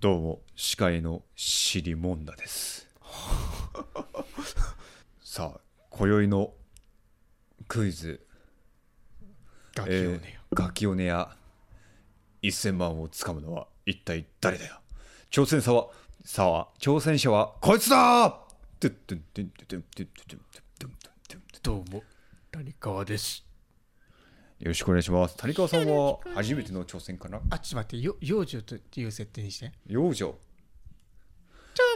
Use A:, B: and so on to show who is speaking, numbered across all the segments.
A: どうも司会のシリモンダです さあ今宵のクイズ
B: ガキを
A: えー
B: ね、
A: ガキオネア1000万をつかむのは一体誰だよ挑戦者はさあ挑戦者はこいつだトゥットゥントゥントゥントゥントゥントゥントゥントゥントゥントゥン
B: どうも谷川です
A: よろしくお願いします谷川さんは初めての挑戦かな
B: あちょっと待ってよ幼女とっていう設定にして
A: 幼女
B: ど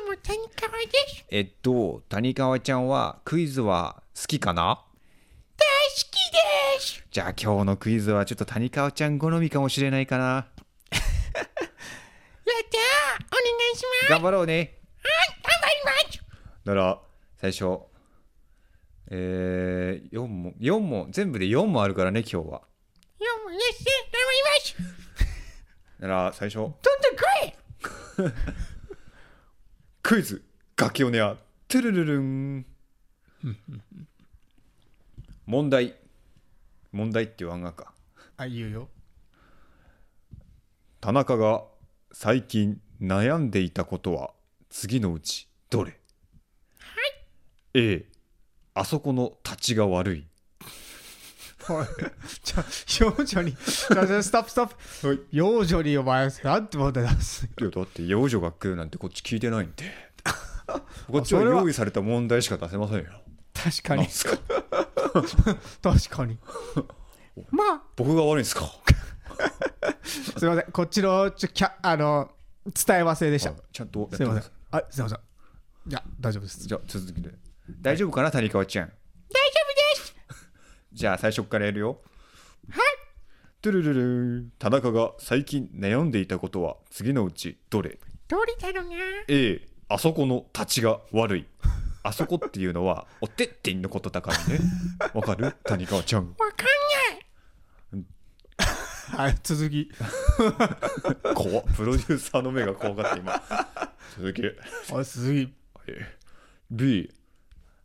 B: うも谷川です
A: えっと谷川ちゃんはクイズは好きかな
B: 大好きです
A: じゃあ今日のクイズはちょっと谷川ちゃん好みかもしれないかな
B: やったーお願いし
A: 頑張ろうね
B: ます頑張ります
A: なら最初えー、4問4問全部で4問あるからね今日は
B: どうもよし頑張ります
A: なら最初
B: どんどん来い
A: クイズガキオネアトゥルルルン問題問題っていう漫画か
B: あ言うよ
A: 田中が最近悩んでいたことは次のうちどれ、A あそこの立ちが悪い
B: おいちょ幼女にちょちょストップストップ、
A: はい
B: 幼女にお前なんて問題出す
A: いやだって幼女が来るなんてこっち聞いてない んでこっち
B: そ
A: は
B: れは
A: 用意された問題しか出せませんよ
B: 確か
A: なん
B: に
A: すか
B: 確かにまあ
A: 僕が悪いんです か
B: すいませんこっちのちょキャあの伝え忘れでした
A: はいちゃんとやって
B: すい
A: ま
B: ません
A: す。
B: あ、すいません。いや、大丈夫です。
A: じゃあ続きで大丈夫かな谷川ちゃん
B: 大丈夫です。
A: じゃあ最初っからやるよ
B: はい。
A: トゥルルルン田中が最近悩んでいたことは次のうちどれ
B: どれだろうな。
A: A あそこの立ちが悪いあそこっていうの はおてってんのことだからねわかる谷川ちゃん
B: わかんない。 はい、続 き。
A: 怖っプロデューサーの目が怖がって今続け
B: あ、続き。
A: B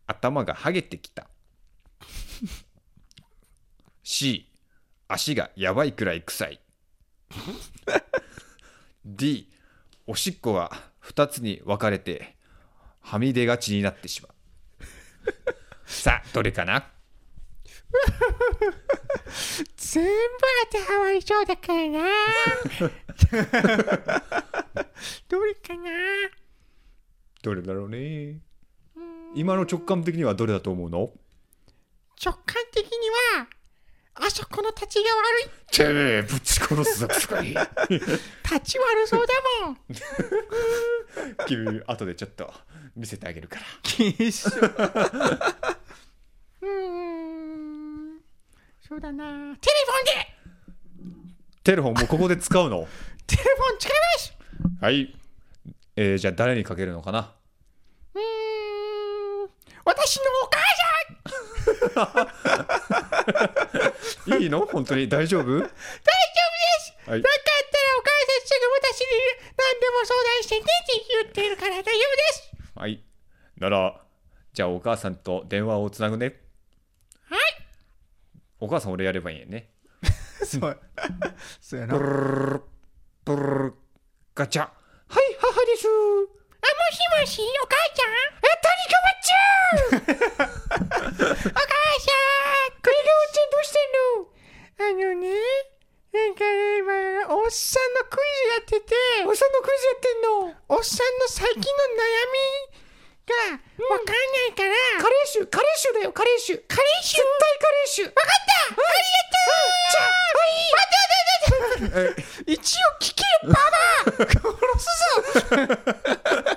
A: 頭がハゲてきた C 足がやばいくらい臭い D おしっこが2つに分かれてはみ出がちになってしまうさあどれかな
B: 全部当てはまりそうだからな。どれかな。
A: どれだろうね今の直感的にはどれだと思うの
B: 直感的には。あそこの立ちが悪い。
A: てめえぶち殺すぞつかに
B: 立ち悪そうだもん。
A: 君後でちょっと見せてあげるから
B: 一緒。うーん。そうだな。テレフォンで。
A: テレフォンもうここで使うの
B: テレフォン使います
A: はい。えーじゃあ誰にかけるのかな
B: うーん私のお母さん
A: いいの本当に大丈夫
B: 大丈夫です、
A: はい
B: なかったらお母さんすぐ私に何でも相談してねって言ってるから大丈夫です
A: はい。なら、じゃあお母さんと電話をつなぐね。
B: はい
A: お母さん俺やればいいんやね。
B: そう そうやな
A: ブルルルルブルルルルガチャ。はい、母です。
B: あもしもしお母ちゃんえとに かまっちゃんお母さんこれがおちゃんどうしてんのあのねなんかね今おっさんのクイズやってておっさんのクイズやってんのおっさんの最近の悩みがわかんないから、カレー臭カレー臭だよカレー臭カレー臭絶対カレー臭わかった、ありがとう、じゃあはい待って待って待って 一応聞けよババア殺すぞ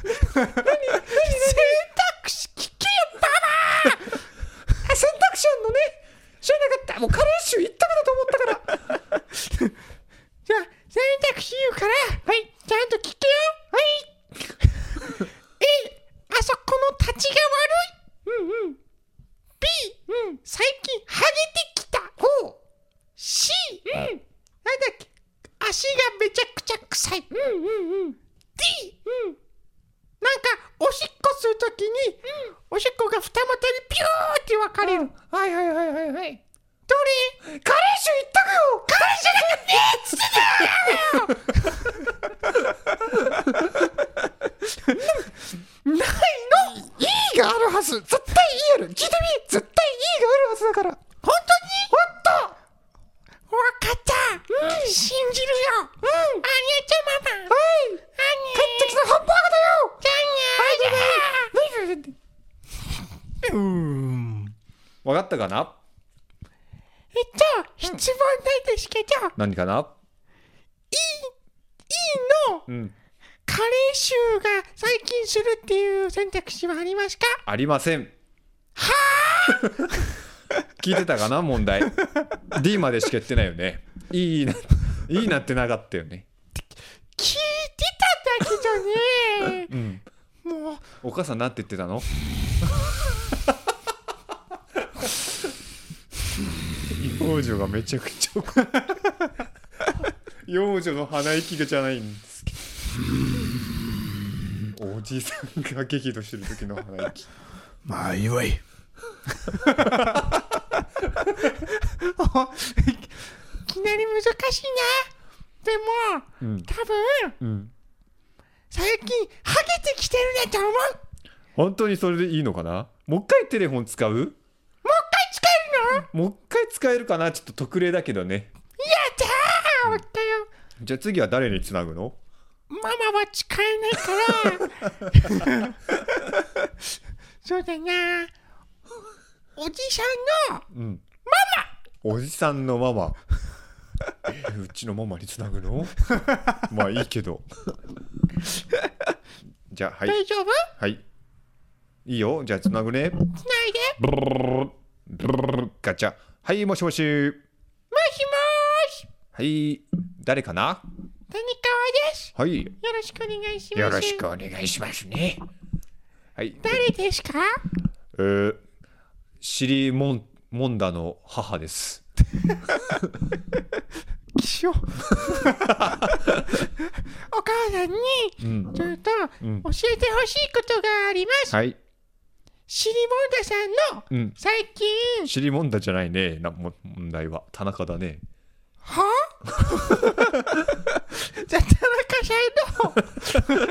B: 選択肢聞けよババア選択肢あんのね知らなかったもうカレー臭一択だと思ったから じゃあ選択肢言うからはいちゃんと聞けよはい A あそこの立ちが悪いうんうん B うん最近ハゲてきたほう C うんなんだっけ足がめちゃくちゃ臭いうんうんうん D うんなんかおしっこするときに、おしっこが二股にピューって分かれる、はいはいはいはいはいどれカレー臭一択よカレー臭だってえっつってたよはず絶対 E ある聞いてみ絶対 E があるはずだから本当に本当わかった、うん、信じるようんアニャちゃママはいアニ帰ってきたハンバーグだよじゃんにゃーうーん
A: わかったかな
B: えっと質問なんですけど、いい
A: 何かな
B: の
A: うん。
B: カレー臭が最近するっていう選択肢はありますか
A: ありません。は聞いてたかな問題。D までしか言ってないよね。いいな、いいなってなかったよね。
B: 聞いてたんだけどね、もう
A: お母さんなんて言ってたの 幼女がめちゃくちゃ怒る幼女の鼻息がじゃないんですけどおじさんが激怒してる時の鼻息
B: まあよいいきなり難しいなでも、
A: うん
B: 多分
A: うん
B: 最近ハゲてきてるねと思うもう
A: 本当にそれでいいのかなもう一回テレフォン使う
B: 一回使えるの
A: もう一回使えるかなちょっと特例だけどね
B: やだーおったよ
A: じゃあ次は誰につなぐの
B: ママは使えないからそうだなおじさんの
A: うんママおじさんのママえーうちのママにつなぐ のまあいいけどじゃあはい
B: 大丈夫
A: はいいいよじゃあつなぐね
B: つないで
A: ブルルルルルブルルルルガチャはいもしもし
B: もしもーし
A: はい誰かな
B: 谷川です
A: はい
B: よろしくお願いします
A: よろしくお願いしますねはい
B: 誰ですか
A: えー、シリモンモンダの母です
B: 気象お母さんに
A: うん
B: ちょっと
A: うん
B: 教えてほしいことがあります、
A: はい
B: シリモンダさんの
A: うん
B: 最近
A: シリモンダじゃないねなも問題は田中だね
B: はじゃあ田中さんの最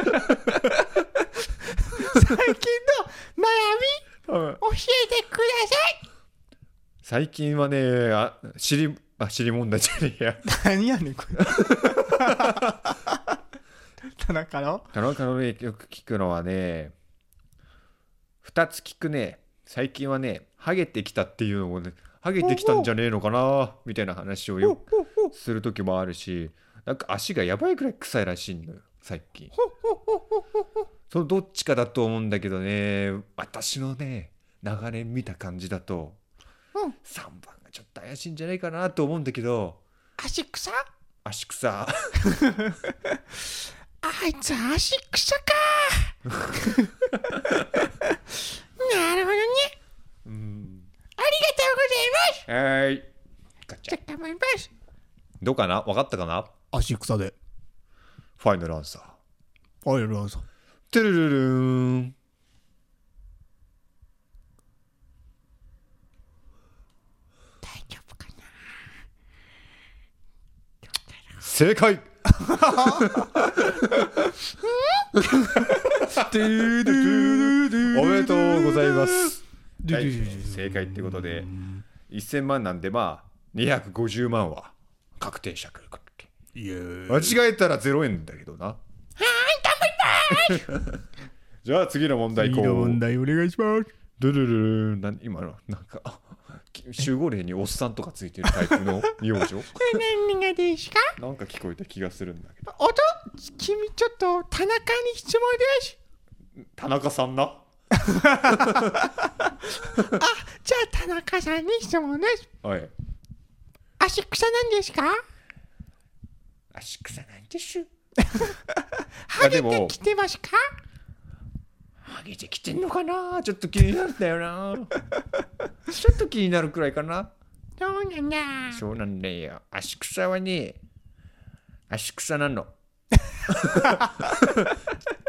B: 近の悩み教えてくだ
A: 最近はねあ尻あ尻もんだじゃねえや
B: さい何やねんこ れ田中の
A: 田中のねよく聞くのはね2つ聞くね最近はねハゲてきたっていうのもねハゲてきたんじゃねえのかなみたいな話をよく
B: ほほ
A: する時もあるしなんか足がやばいくらい臭いらしいのよ最近
B: ほほほほほほ
A: そのどっちかだと思うんだけどね私のね長年見た感じだと
B: うん
A: 3番がちょっと怪しいんじゃないかなと思うんだけど
B: 足草
A: 足臭
B: あいつ足草 かなるほどね
A: うん
B: ありがとうございます
A: はーいガチャ
B: ちょっと頑張ります
A: どうかな分かったかな
B: 足草で
A: ファイナルアンサー。
B: あいる ぞ
A: トゥルルルーン。
B: 大丈夫かな
A: 正解おめでとうございます。はい正解ってことで、1000万なんでまあ、250万は確定したということで
B: イエーイ
A: 間違えたら0円だけどな。はーい、頑張ります じゃあ次の問題行こう。
B: 題お願いします
A: ドゥルルルーン。なん今の、なんか、あ集合例におっさんとかついてるタイプ の幼女。
B: 何がですか
A: なんか聞こえた気がするんだけど。
B: 音君ちょっと田中に質問です
A: 田中さんな
B: あじゃあ田中さんに質問です
A: はい。
B: 足草なんですか
A: 足草なんでしゅ。
B: ハゲ
A: でも
B: てきてますか
A: ハゲてきてんのかなちょっと気になるんだよ な。ちょっと気になるくらいかな。
B: どうなんだ
A: そうなんだよ。足草はね、足草な の。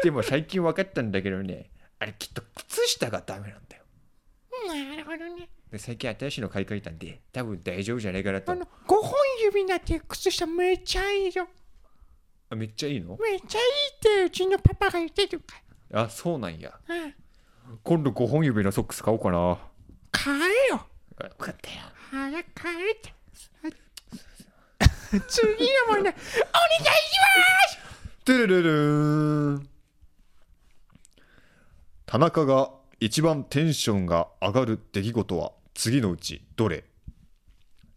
A: でも最近分かったんだけどね、あれきっと靴下がダメなんだよ。
B: なるほどね
A: で最近新しいの買い替えたんで、多分大丈夫じゃないかなと
B: あ。の5本指になってる靴下めっちゃいいよ
A: あめっちゃいいの
B: めっちゃいいってうちのパパが言ってるか
A: あ、そうなんや。
B: らうん
A: 今度5本指のソックス買おうかな
B: 買えよ
A: 分かったよ
B: 早く買えってはい次のものお願いします
A: てるるるーん田中が一番テンションが上がる出来事は次のうちどれ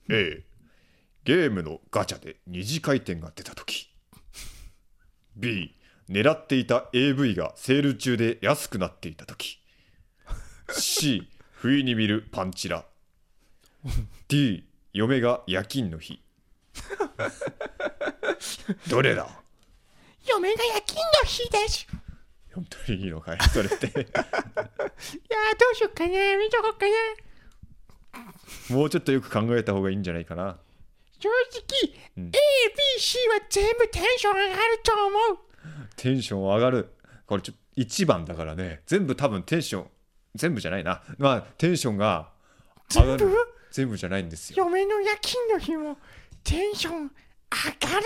A: A ゲームのガチャで二次回転が出た時 B 狙っていた AV がセール中で安くなっていた時 C 不意に見るパンチラ D 嫁が夜勤の日どれだ
B: 嫁が夜勤の日です
A: 本当にいいのかいそれって
B: いやーどうしようかな見とこうかな
A: もうちょっとよく考えた方がいいんじゃないかな
B: 正直、ABC は全部テンション上がると思う
A: テンション上がるこれちょ1番だからね全部多分テンション全部じゃないなまあテンションが上がる
B: 全部
A: 全部じゃないんですよ
B: 嫁の夜勤の日もテンション上がるんだよ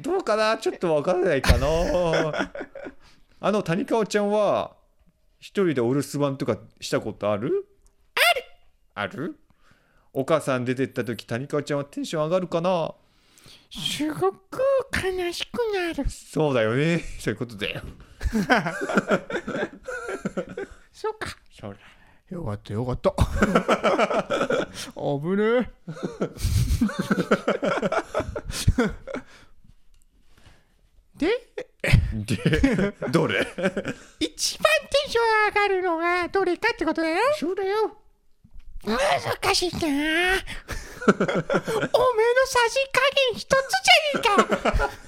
A: どうかなちょっとわからないかなあの谷川ちゃんは一人でお留守番とかしたことあるあるあるお母さん出てった時谷川ちゃんはテンション上がるかな
B: すごく悲しくなる
A: そうだよねそういうことだよ
B: そうか
A: そうだ
B: よかったよかった 危ねえで
A: で どれ
B: 一番テンション上がるのがどれかってことだよ
A: そうだよ
B: 難しいなおめえのさじ加減一つじゃね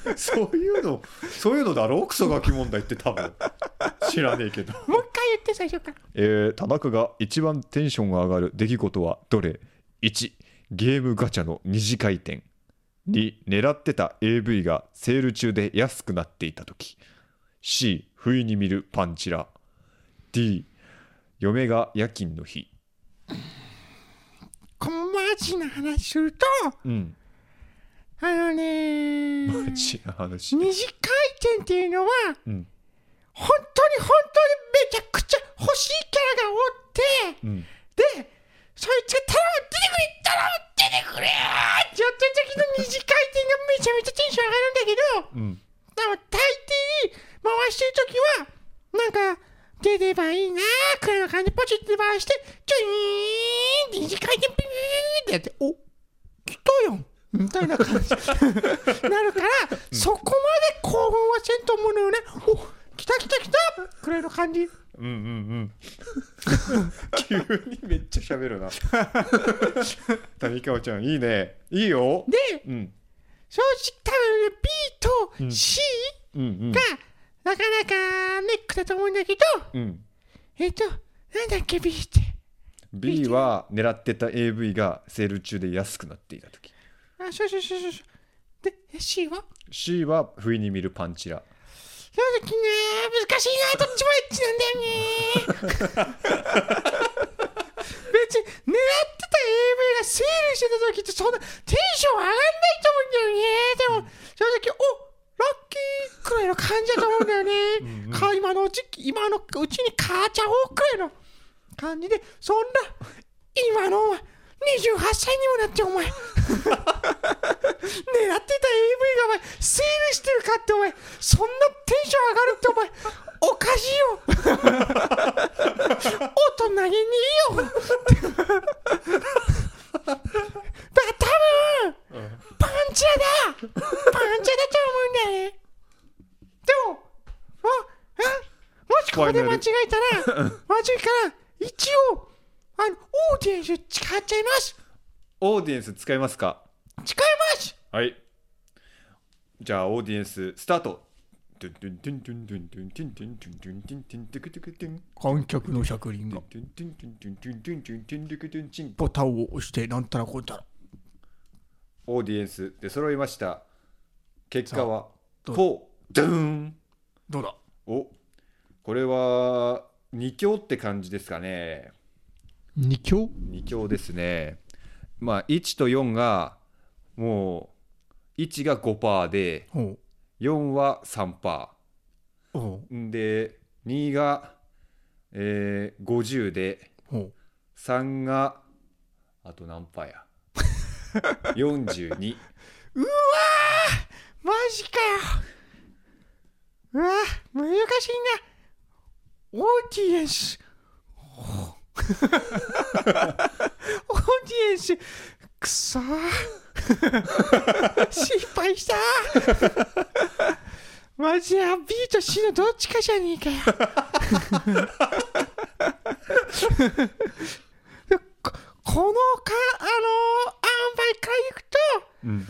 B: えか
A: そういうの、そういうのだろうクソガキ問題って多分。知らねえけど。
B: もう一回言って最初から
A: えー、田中が一番テンションが上がる出来事はどれ ?1、ゲームガチャの二次回転。2、狙ってた AV がセール中で安くなっていた時。C、不意に見るパンチラ。D、嫁が夜勤の日。
B: このマジな話すると
A: うん。
B: あのね
A: マジな話。
B: 二次回転っていうのは
A: うん。
B: 本当に本当にめちゃくちゃ欲しいキャラがおって、
A: うん。
B: でそいつが頼む出てくれ頼む出てくれってやってる時の二次回転がめちゃめちゃテンション上がるんだけど
A: うん。
B: でも大抵回してる時はなんか出ればいいなーくらいの感じでポチって回してジュイーンって二次回転ピューってやってお来たよみたいな感じなるから、そこまで興奮はせんと思うのよねお来た来た来たくらいの感じ
A: うんうんうん。急にめっちゃ喋るな。谷川ちゃん、いいね。いいよ。
B: で
A: うん。
B: 正直多分ね B と C
A: うんうん
B: が。なかなかネックだと思うんだけど、
A: うん、
B: えっとなんだっけ B って
A: B は狙ってた AV がセール中で安くなっていた時
B: あそうそうそうそうそうで C は
A: C は不意に見るパンチラ
B: 正直ね難しいなどっちもエッチなんだよね別に狙ってた AV がセールしてた時ってそんなテンション上がんないと思うんだよねでも正直おラッキーくらいの感じだと思うんだよねか今のうち今のうちに買っちゃおうくらいの感じでそんな今のお前28歳にもなってお前狙ってた AV がお前セールしてるかってお前そんなテンション上がるってお前おかしいよ 大人げねえよだから多分パンチラだパンチラだと思うんだよねでもああもしここで間違えたら間違えたら一応あのオーディエンス使っちゃいます
A: オーディエンス使いますか
B: 使います
A: はいじゃあオーディエンススタートトゥントゥントゥントゥントゥントゥントゥントゥントゥントゥントゥントゥントゥクトゥクトゥン
C: 観客の尺輪が
A: トゥントゥントゥントゥントゥントゥントゥントゥントゥクトゥンチン
C: ボタンを押してなんたらこうたら
A: オーディエンスで揃いました結果は
C: さあどう
A: こうドゥーン
C: どうだ
A: おこれは二強って感じですかね
C: 二強
A: 二強ですねまあ1と4がもう1が5%で
C: ほ
A: 4は3%
C: うほ
A: んで2が、えー、50で
C: ほう
A: 3があと何パー や42
B: マジかようわ難しいなオーディエンスほオーディエンスくそー失敗したーマジや B と C のどっちかじゃねえかよここのかあのー、塩梅からいくと
A: うん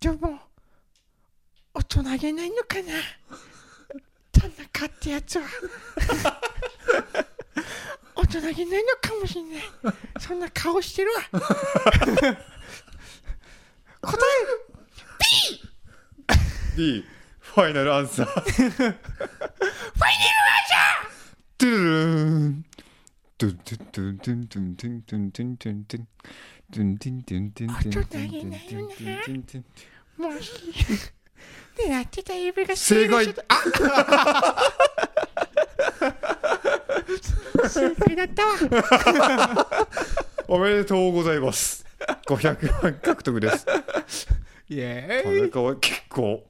B: でも大人げないのかな 田中ってやつは 大人げないのかもしれないそんな顔してるわ答
A: D ファイナルアンサーファイナルアンサートゥルルントゥントゥントゥントゥントゥントゥントゥントゥントゥントゥントゥントゥントゥントゥントゥントゥントゥントゥントゥントゥントゥン
B: えもういい狙ってた指が
A: 正解
B: 正解だったわ
A: おめでとうございます500万獲得です
C: イエ
A: 田
C: ーイ
A: 中は結構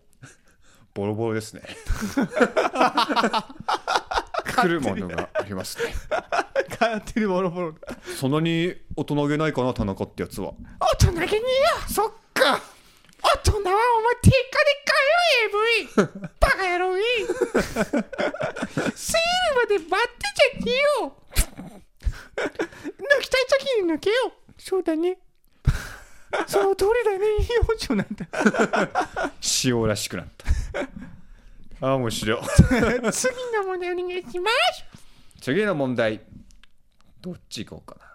A: ボロボロですね来るものがありますね
C: 変わってるボロボロ
A: そんなに大人げないかな田中ってやつは
B: 大人げねえよそっか大人はお前定価で買えよ AV バカ野郎いセールまで待ってじゃねえよ抜きたい時に抜けよそうだねその通りだね
C: いい表情なん だ
A: 塩らしくなったああ面白い
B: 次のものお願いします
A: 次の問題どっち行こうかな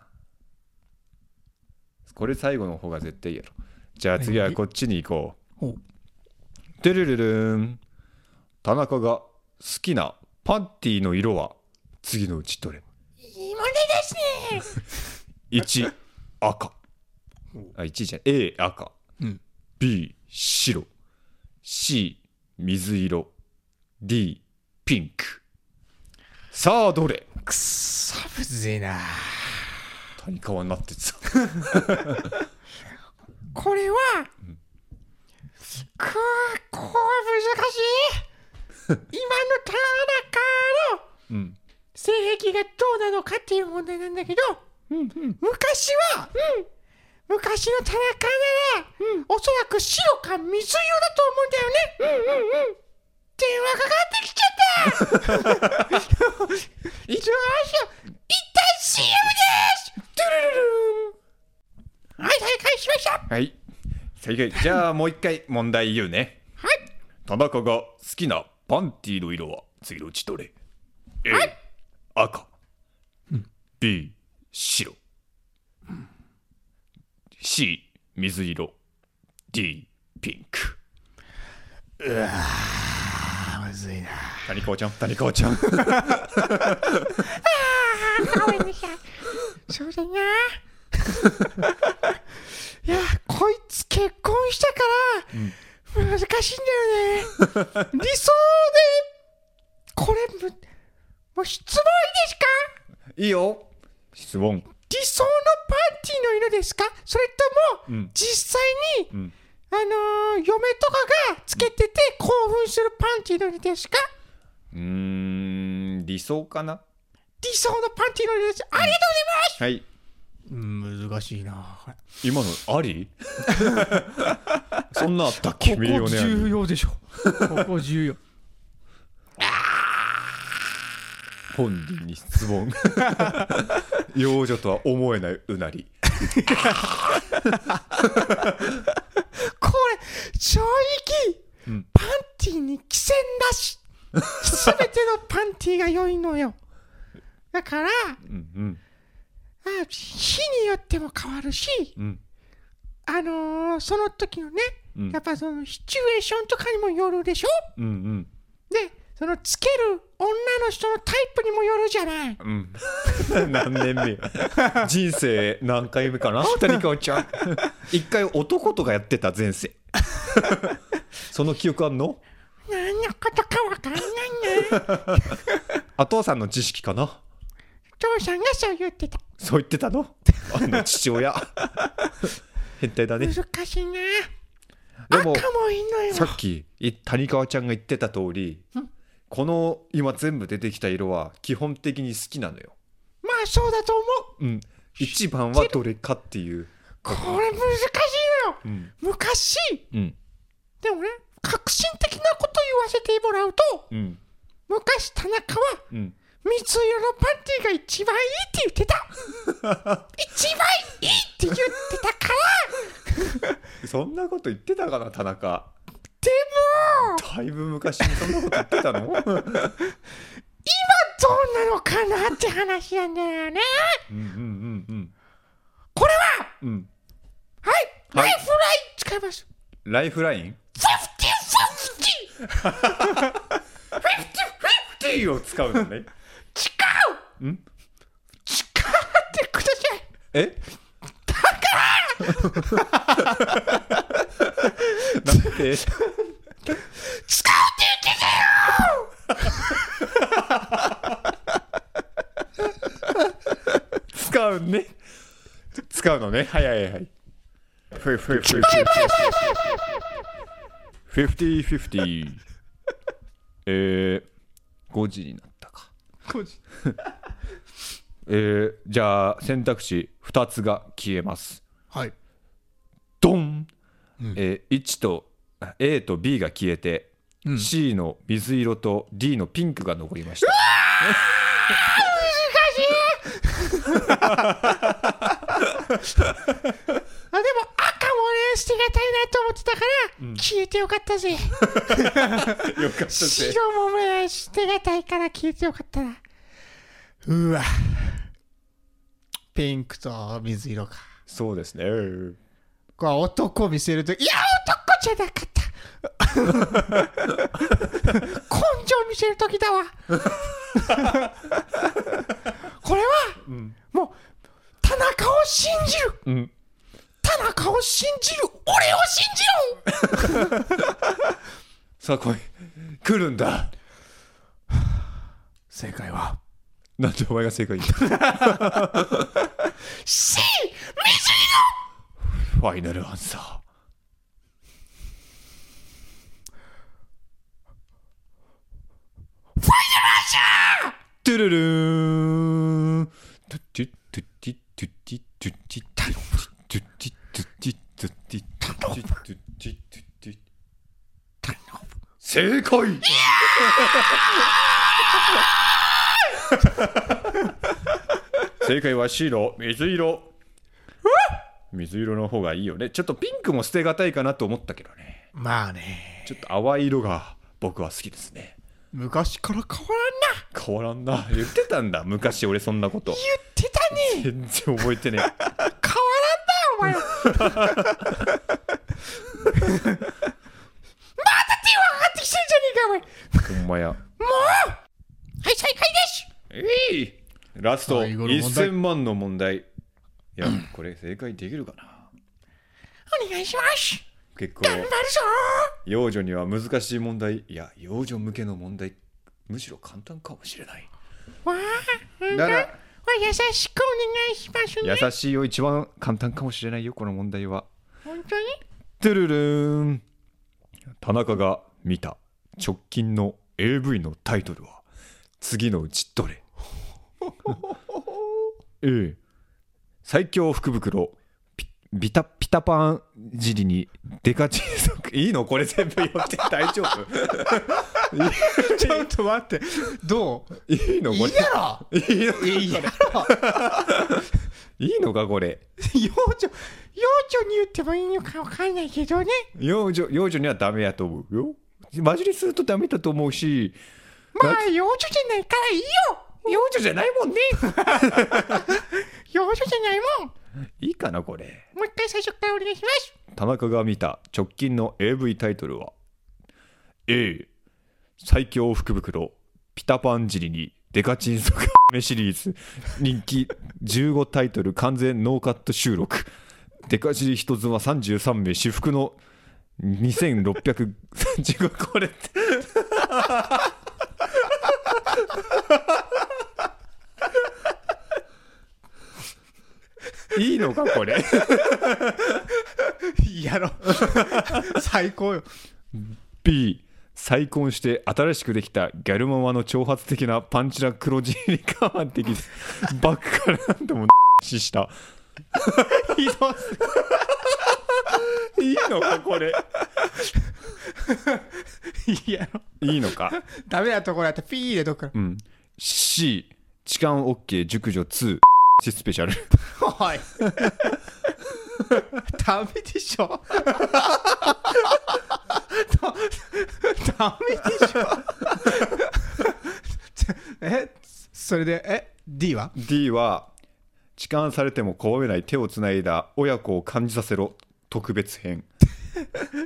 A: これ最後の方が絶対いいやろじゃあ次はこっちに行こ
C: ほう
A: うてるるるん田中が好きなパンティの色は次のうちどれ
B: いいものですね
A: 1赤あ1じゃ A 赤、
C: うん
A: B 白 C 水色 D ピンクさあどれ
C: くっさむずいな
A: 谷川になってた
B: これはくーこう 難しい今の田中の
A: うん
B: 性癖がどうなのかっていう問題なんだけど、昔は、昔の田中なら、おそらく白か水色だと思うんだよね、電話かかってきちゃった どうしよう一旦 CM ですドゥルルルンはい再開しましたは
A: はい正解じゃあもう一回問題言う ね
B: い
A: 田中が好きなパンティの色は次のうちどれ A、赤、B 白、C 水色 D ピンク
C: むずいな
A: 谷川ちゃん谷川ちゃん
B: ごめんなさい。そうだな。いや、こ いつ結婚したから、難しいんだよ ね。理想で、これむ、もう質問いいですか
A: いいよ質問
B: 理想のパンティの色ですかそれと
A: う
B: も、
A: ん
B: 実際に、
A: ん
B: あのー嫁とかがつけてて興奮するパンティの色ですか
A: うーん理想かな
B: 理想のパンティの色です。ありがとうございます
A: はい
C: うん難しいなこれ
A: 今のあ りそんなあったっけミリオ
C: ここ
A: ネア
C: 重
A: に
C: 要でしょここ重要
A: 本人に質 問幼女とは思えないうなり
B: これ正直、
A: うん
B: パンティに着せんなしすべてのパンティが良いのよだから
A: うんうん
B: あ日によっても変わるし
A: うん
B: あのーその時のね、
A: うん
B: やっぱそのシチュエーションとかにもよるでしょ
A: うん
B: でそのつける女の人のタイプにもよるじゃない
A: うんうん何年目人生何回目かな谷川ちゃん一回男とかやってた前 世その記憶あんの
B: 何のことかわかんないな
A: お父さんの知識かな
B: 父さんがそう言ってた
A: そう言ってたのあの父親変態だね
B: 難しいな
A: で
B: 赤
A: も
B: もいんのよ
A: さっきい谷川ちゃんが言ってた通りこの今全部出てきた色は基本的に好きなのよ、
B: まあそうだと思う
A: うん、一番はどれかっていう、
B: これ難しいのよ
A: うん
B: 昔
A: うん
B: でもね革新的なこと言わせてもらうと
A: うん
B: 昔田中は
A: うん、
B: 水色のパンティが一番いいって言ってた 一番いいって言ってたから
A: そんなこと言ってたかな田中
B: でも
A: だいぶ昔にそんなこと言ってたの
B: どうなのかなって話なんだよね
A: うんうんうんうん
B: これは
A: うん
B: はい
A: は
B: ラ
A: い
B: イフライン使います
A: ライフライン
B: セフティセフティ
A: ィを使うのね
B: 誓うん誓ってください
A: えだからなんて
B: 誓うって言ってたよ
A: 使うね使うのねはいはいはいフィフィフィフィフィフィフィフィえー、5時になったかえー、じゃあ選択肢2つが消えます
C: はい。
A: ドン、えー、1とあ A と B が消えて、C の水色と D のピンクが残りました
B: あでも赤もね捨てがたいなと思ってたから、消えてよかったぜ
A: よかったぜ
B: 白もね捨てがたいから消えてよかったな
C: うわ。ピンクと水色か。
A: そうですね
C: これ男見せると、い
B: い
C: や
B: や男じゃなかった根性見せる時だわこれは、もう田中を信じる、
A: ん
B: 田中を信じる俺を信じろ
A: さあ来い来るんだ
C: 正解は。
A: なんでお前が正解言った
B: し
A: ファイナルアンサー。ファイナルアンサートゥルルーントゥッティットゥッティットゥッティットゥッティットゥッティットゥッティットゥッティットゥッティットゥッティットゥッティッ正解 正解は白、水色。水色の方がいいよねちょっとピンクも捨てがたいかなと思ったけどね
C: まあね。
A: ちょっと淡い色が僕は好きですね
C: 昔から変わ
A: 変わらんな言ってたんだ昔俺そんなこと
B: 言ってたね
A: 全然覚えてねえ
B: 変わらんだよお前 まだ手は上がってきてるじゃねえか
A: ほんまや
B: お前はい最下位です
A: えいラスト
C: 最後の問題
A: 1000万の問題いやこれ正解できるかな
B: お願いします
A: 結構
B: 頑張るぞ
A: 幼女には難しい問題いや幼女向けの問題むしろ簡単かもしれない
B: わあうん
A: だ
B: わ
A: から
B: あ優しくお願いしますね
A: 優しいよ一番簡単かもしれないよこの問題は
B: 本当に
A: てるるーん田中が見た直近の AV のタイトルは次のうちど れ A 最強福袋ピビタピタパン尻にデカチンソッ クいいのこれ全部読んで大丈夫
C: らんな。ちょっと待って。どう
A: いいのこ
C: い
A: れ
C: いやろ
A: いいの
C: いいやろ
A: いいのかこれ
B: 幼女幼女に言ってもいいのかわかんないけどね
A: 幼女幼女にはダメやと思うよマジでするとダメだと思うし
B: まあ幼女じゃないからいいよ
A: 幼女じゃないもんね
B: 幼女じゃないもん
A: いいかなこれ
B: もう一回最初からお願いします
A: 田中が見た直近の AV タイトルは A 最強福袋ピタパン尻にデカチンソカ メシリーズ人気15タイトル完全ノーカット収録デカ尻人妻33名至福の2635これって いいのかこれ
C: やろ最高よ
A: B 再婚して新しくできたギャルママの挑発的なパンチラ黒尻に我慢できずバックからなんとも死した
C: ひどす
A: いいのかこれ
C: ぎやろ
A: いいのか
C: ダメなところやったらピーでどっから
A: うん C 痴漢 OK 熟女2スペシャル
C: おい ダメでしょダダメでしょ えそれでえ D は
A: D は痴漢されても拒めない手をつないだ親子を感じさせろ特別編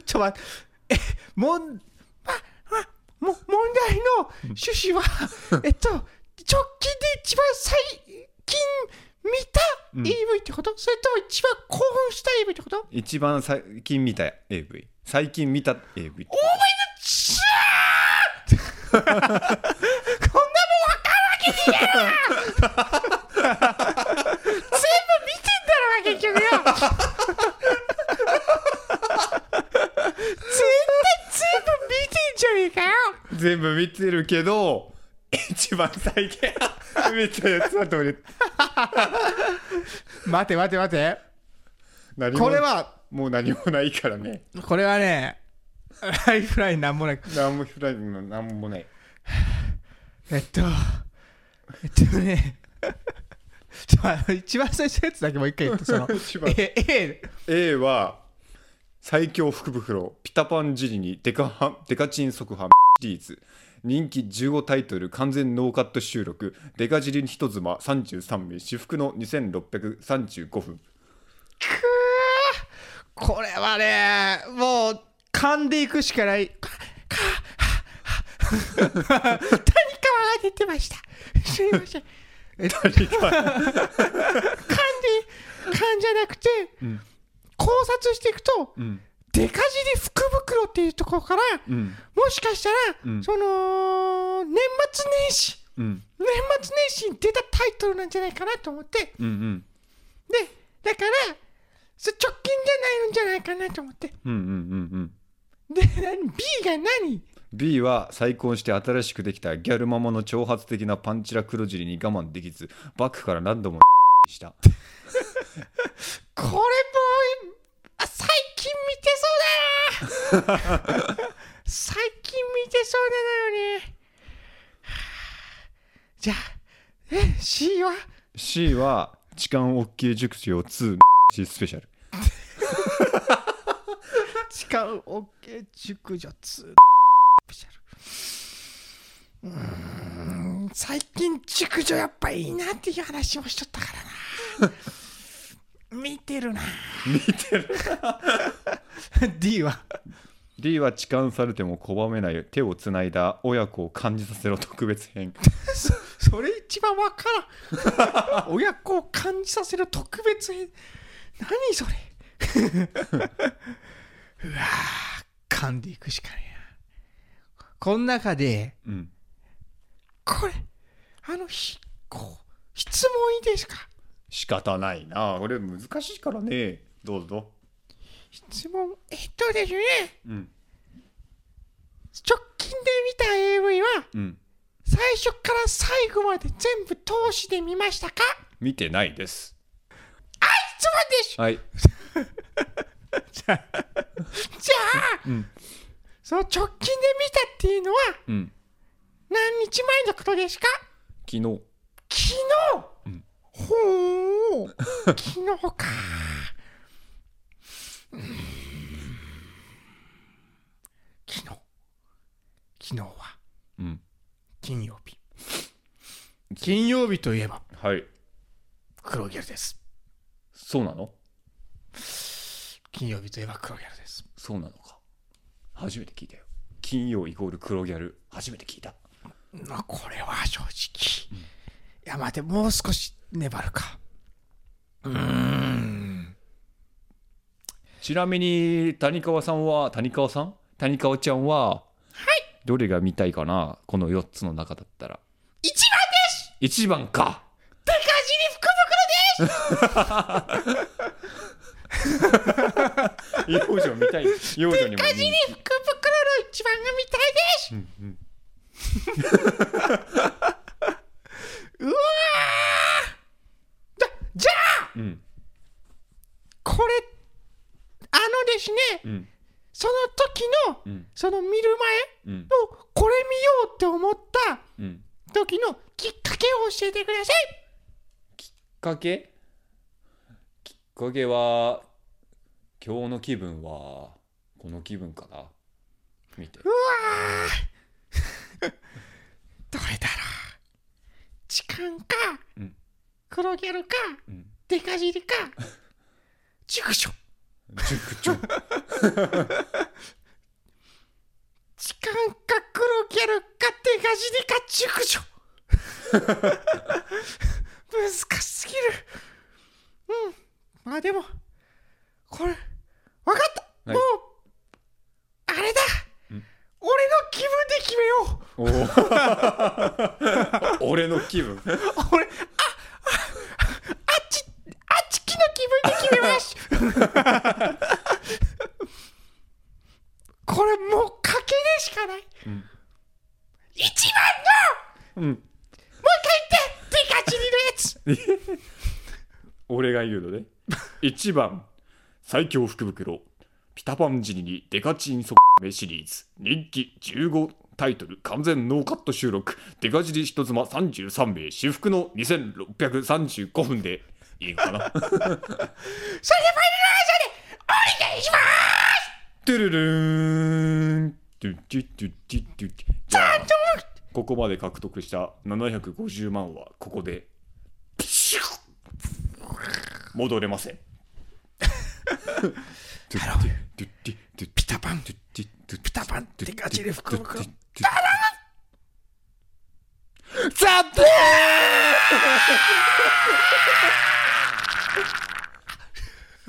C: ちょ待ってえもんああも問題の趣旨 はえっと直近で一番最近見た AV ってこと、それとも一番興奮した AV ってことお前の
A: 一番最近見た AV 最近見た AV
C: ち ゃーこんなもんわか るわけねえ やろ全部見てんだろうが結局よ絶対全部見てんじゃねえかよ
A: 全部見てるけど一番最近見たやつはどれ
C: 待て待て待て
A: 何も
C: これは
A: もう何もないからね
C: これはねライフラインなんもなく
A: 何も開いての何もない
C: えっとえっとねちょあの一番最初のやつだけもう一回言ってその
A: 一番
C: え A
A: A は最強福袋ピタパンジリにデカハンデカチン即販シリーズ人気15タイトル完全ノーカット収録デカジリ人妻33名至福の2635分
C: これはねもう噛んでいくしかないかかははは谷川が出てましたすいませんえっと
A: 谷川
C: 噛んで噛んじゃなくて、
A: ん
C: 考察していくと、
A: うん
C: デカ尻福袋っていうところから、
A: うん
C: もしかしたら、
A: うん
C: その年末年始
A: うん
C: 年末年始に出たタイトルなんじゃないかなと思って
A: うんうん
C: でだからそれ直近じゃないんじゃないかなと思って
A: うんうんうんうん
C: で何 B が何
A: B は再婚して新しくできたギャルママの挑発的なパンチラ黒尻に我慢できずバックから何度もした
C: これもうあ最近見てそうだな 最近見てそうなのよねはあじゃあえ C は
A: C は痴漢 OK 熟女2スペシャル
C: 時間 OK 熟女2シャルうーん最近熟女やっぱいいなっていう話もしとったから な見てるな
A: 見てる
C: D は
A: D は痴漢されても拒めない手をつないだ親子を感じさせろ特別編
C: それ一番わから ん親子を感じさせる特別編何それ うわー噛んでいくしかねえなこの中で
A: うん
C: これあのひこう質問いいですか
A: 仕方ないなこれ難しいからねどうぞ
C: 質問えっとですね
A: うん
C: 直近で見た AV は
A: うん
C: 最初から最後まで全部通しで見ましたか
A: 見てないです
C: 質問です
A: はい
C: じゃあ、
A: うん
C: その直近で見たっていうのは
A: うん
C: 何日前のことですか
A: 昨日
C: 昨日、
A: うん
C: ほう昨日かうん昨日昨日は
A: うん
C: 金曜日金曜日といえば
A: はい
C: 黒ギャルです
A: そうなの
C: 金曜日といえば黒ギャルです
A: そうなのか初めて聞いたよ金曜イコール黒ギャル初めて聞いた
C: まあこれは正直、いや待てもう少し粘るかうーん
A: ちなみに谷川さんは谷川さん谷川ちゃんは
C: はい
A: どれが見たいかなこの4つの中だったら
B: 一番です
A: 1番か
B: 高尻福袋です
A: 幼女見たい幼女にも
B: 高尻福袋の一番が見たいです、うわーだじゃあ
A: うん
B: これあのですね
A: うん
B: その時の
A: うん
B: その見る
A: う
B: 前
A: ん
B: のこれ見ようって思った
A: うん
B: 時のきっかけを教えてください
A: きっかけきっかけは今日の気分はこの気分かな見て
B: うわーどれだろう痴漢か、
A: うん
B: 黒ギャルか
A: うん
B: デカ 尻か熟女
A: 塾長
B: 痴漢か黒ギャルかデカ尻か熟女 難しすぎるうんまあでもこれわかった、
A: はい
B: もうあれだ
A: ん
B: 俺の気分で決めよう
A: お ー俺の気分
B: 俺ああああっちあっちきの気分で決めますこれもう賭けでしかない、
A: ん
B: 一番
A: うん
B: のもう一回言ってデカチリのやつ
A: 俺が言うのね1番最強福袋ピタパン尻にデカチンソメシリーズ人気15タイトル完全ノーカット収録デカ尻人妻33名至福の2635分でいいのかな
B: それでファイナルアンサーでお願いします
A: トゥルルーントゥッチュッチュッチュッチュッチュじゃあここまで獲得した750万はここでピシュッ戻れませんトゥッチュットゥッチュッ
B: ピタパン
A: トゥッチュットゥッチュッ
B: ピタパンデカチリ福袋
A: ザブ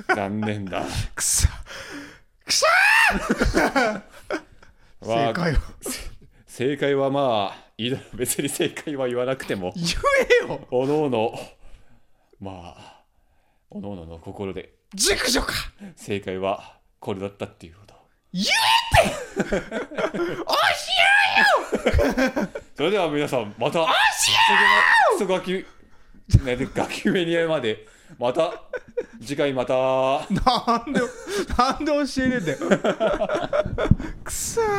A: ー残念だ。
B: くそくそ
A: わ
C: 正
A: あ
C: 解を
A: 正解はまあ、いいだろう別に正解は言わなくて も、
C: 言えよ
A: おのおの、まあ、おのおのの心で
B: 熟女か
A: 正解はこれだったっていうこと。
B: 言えって教えろよ
A: それでは皆さん、また、クソガキ、ね、ガキメディアまで、また、次回また。
C: なんでなんで教えねえんだよくそー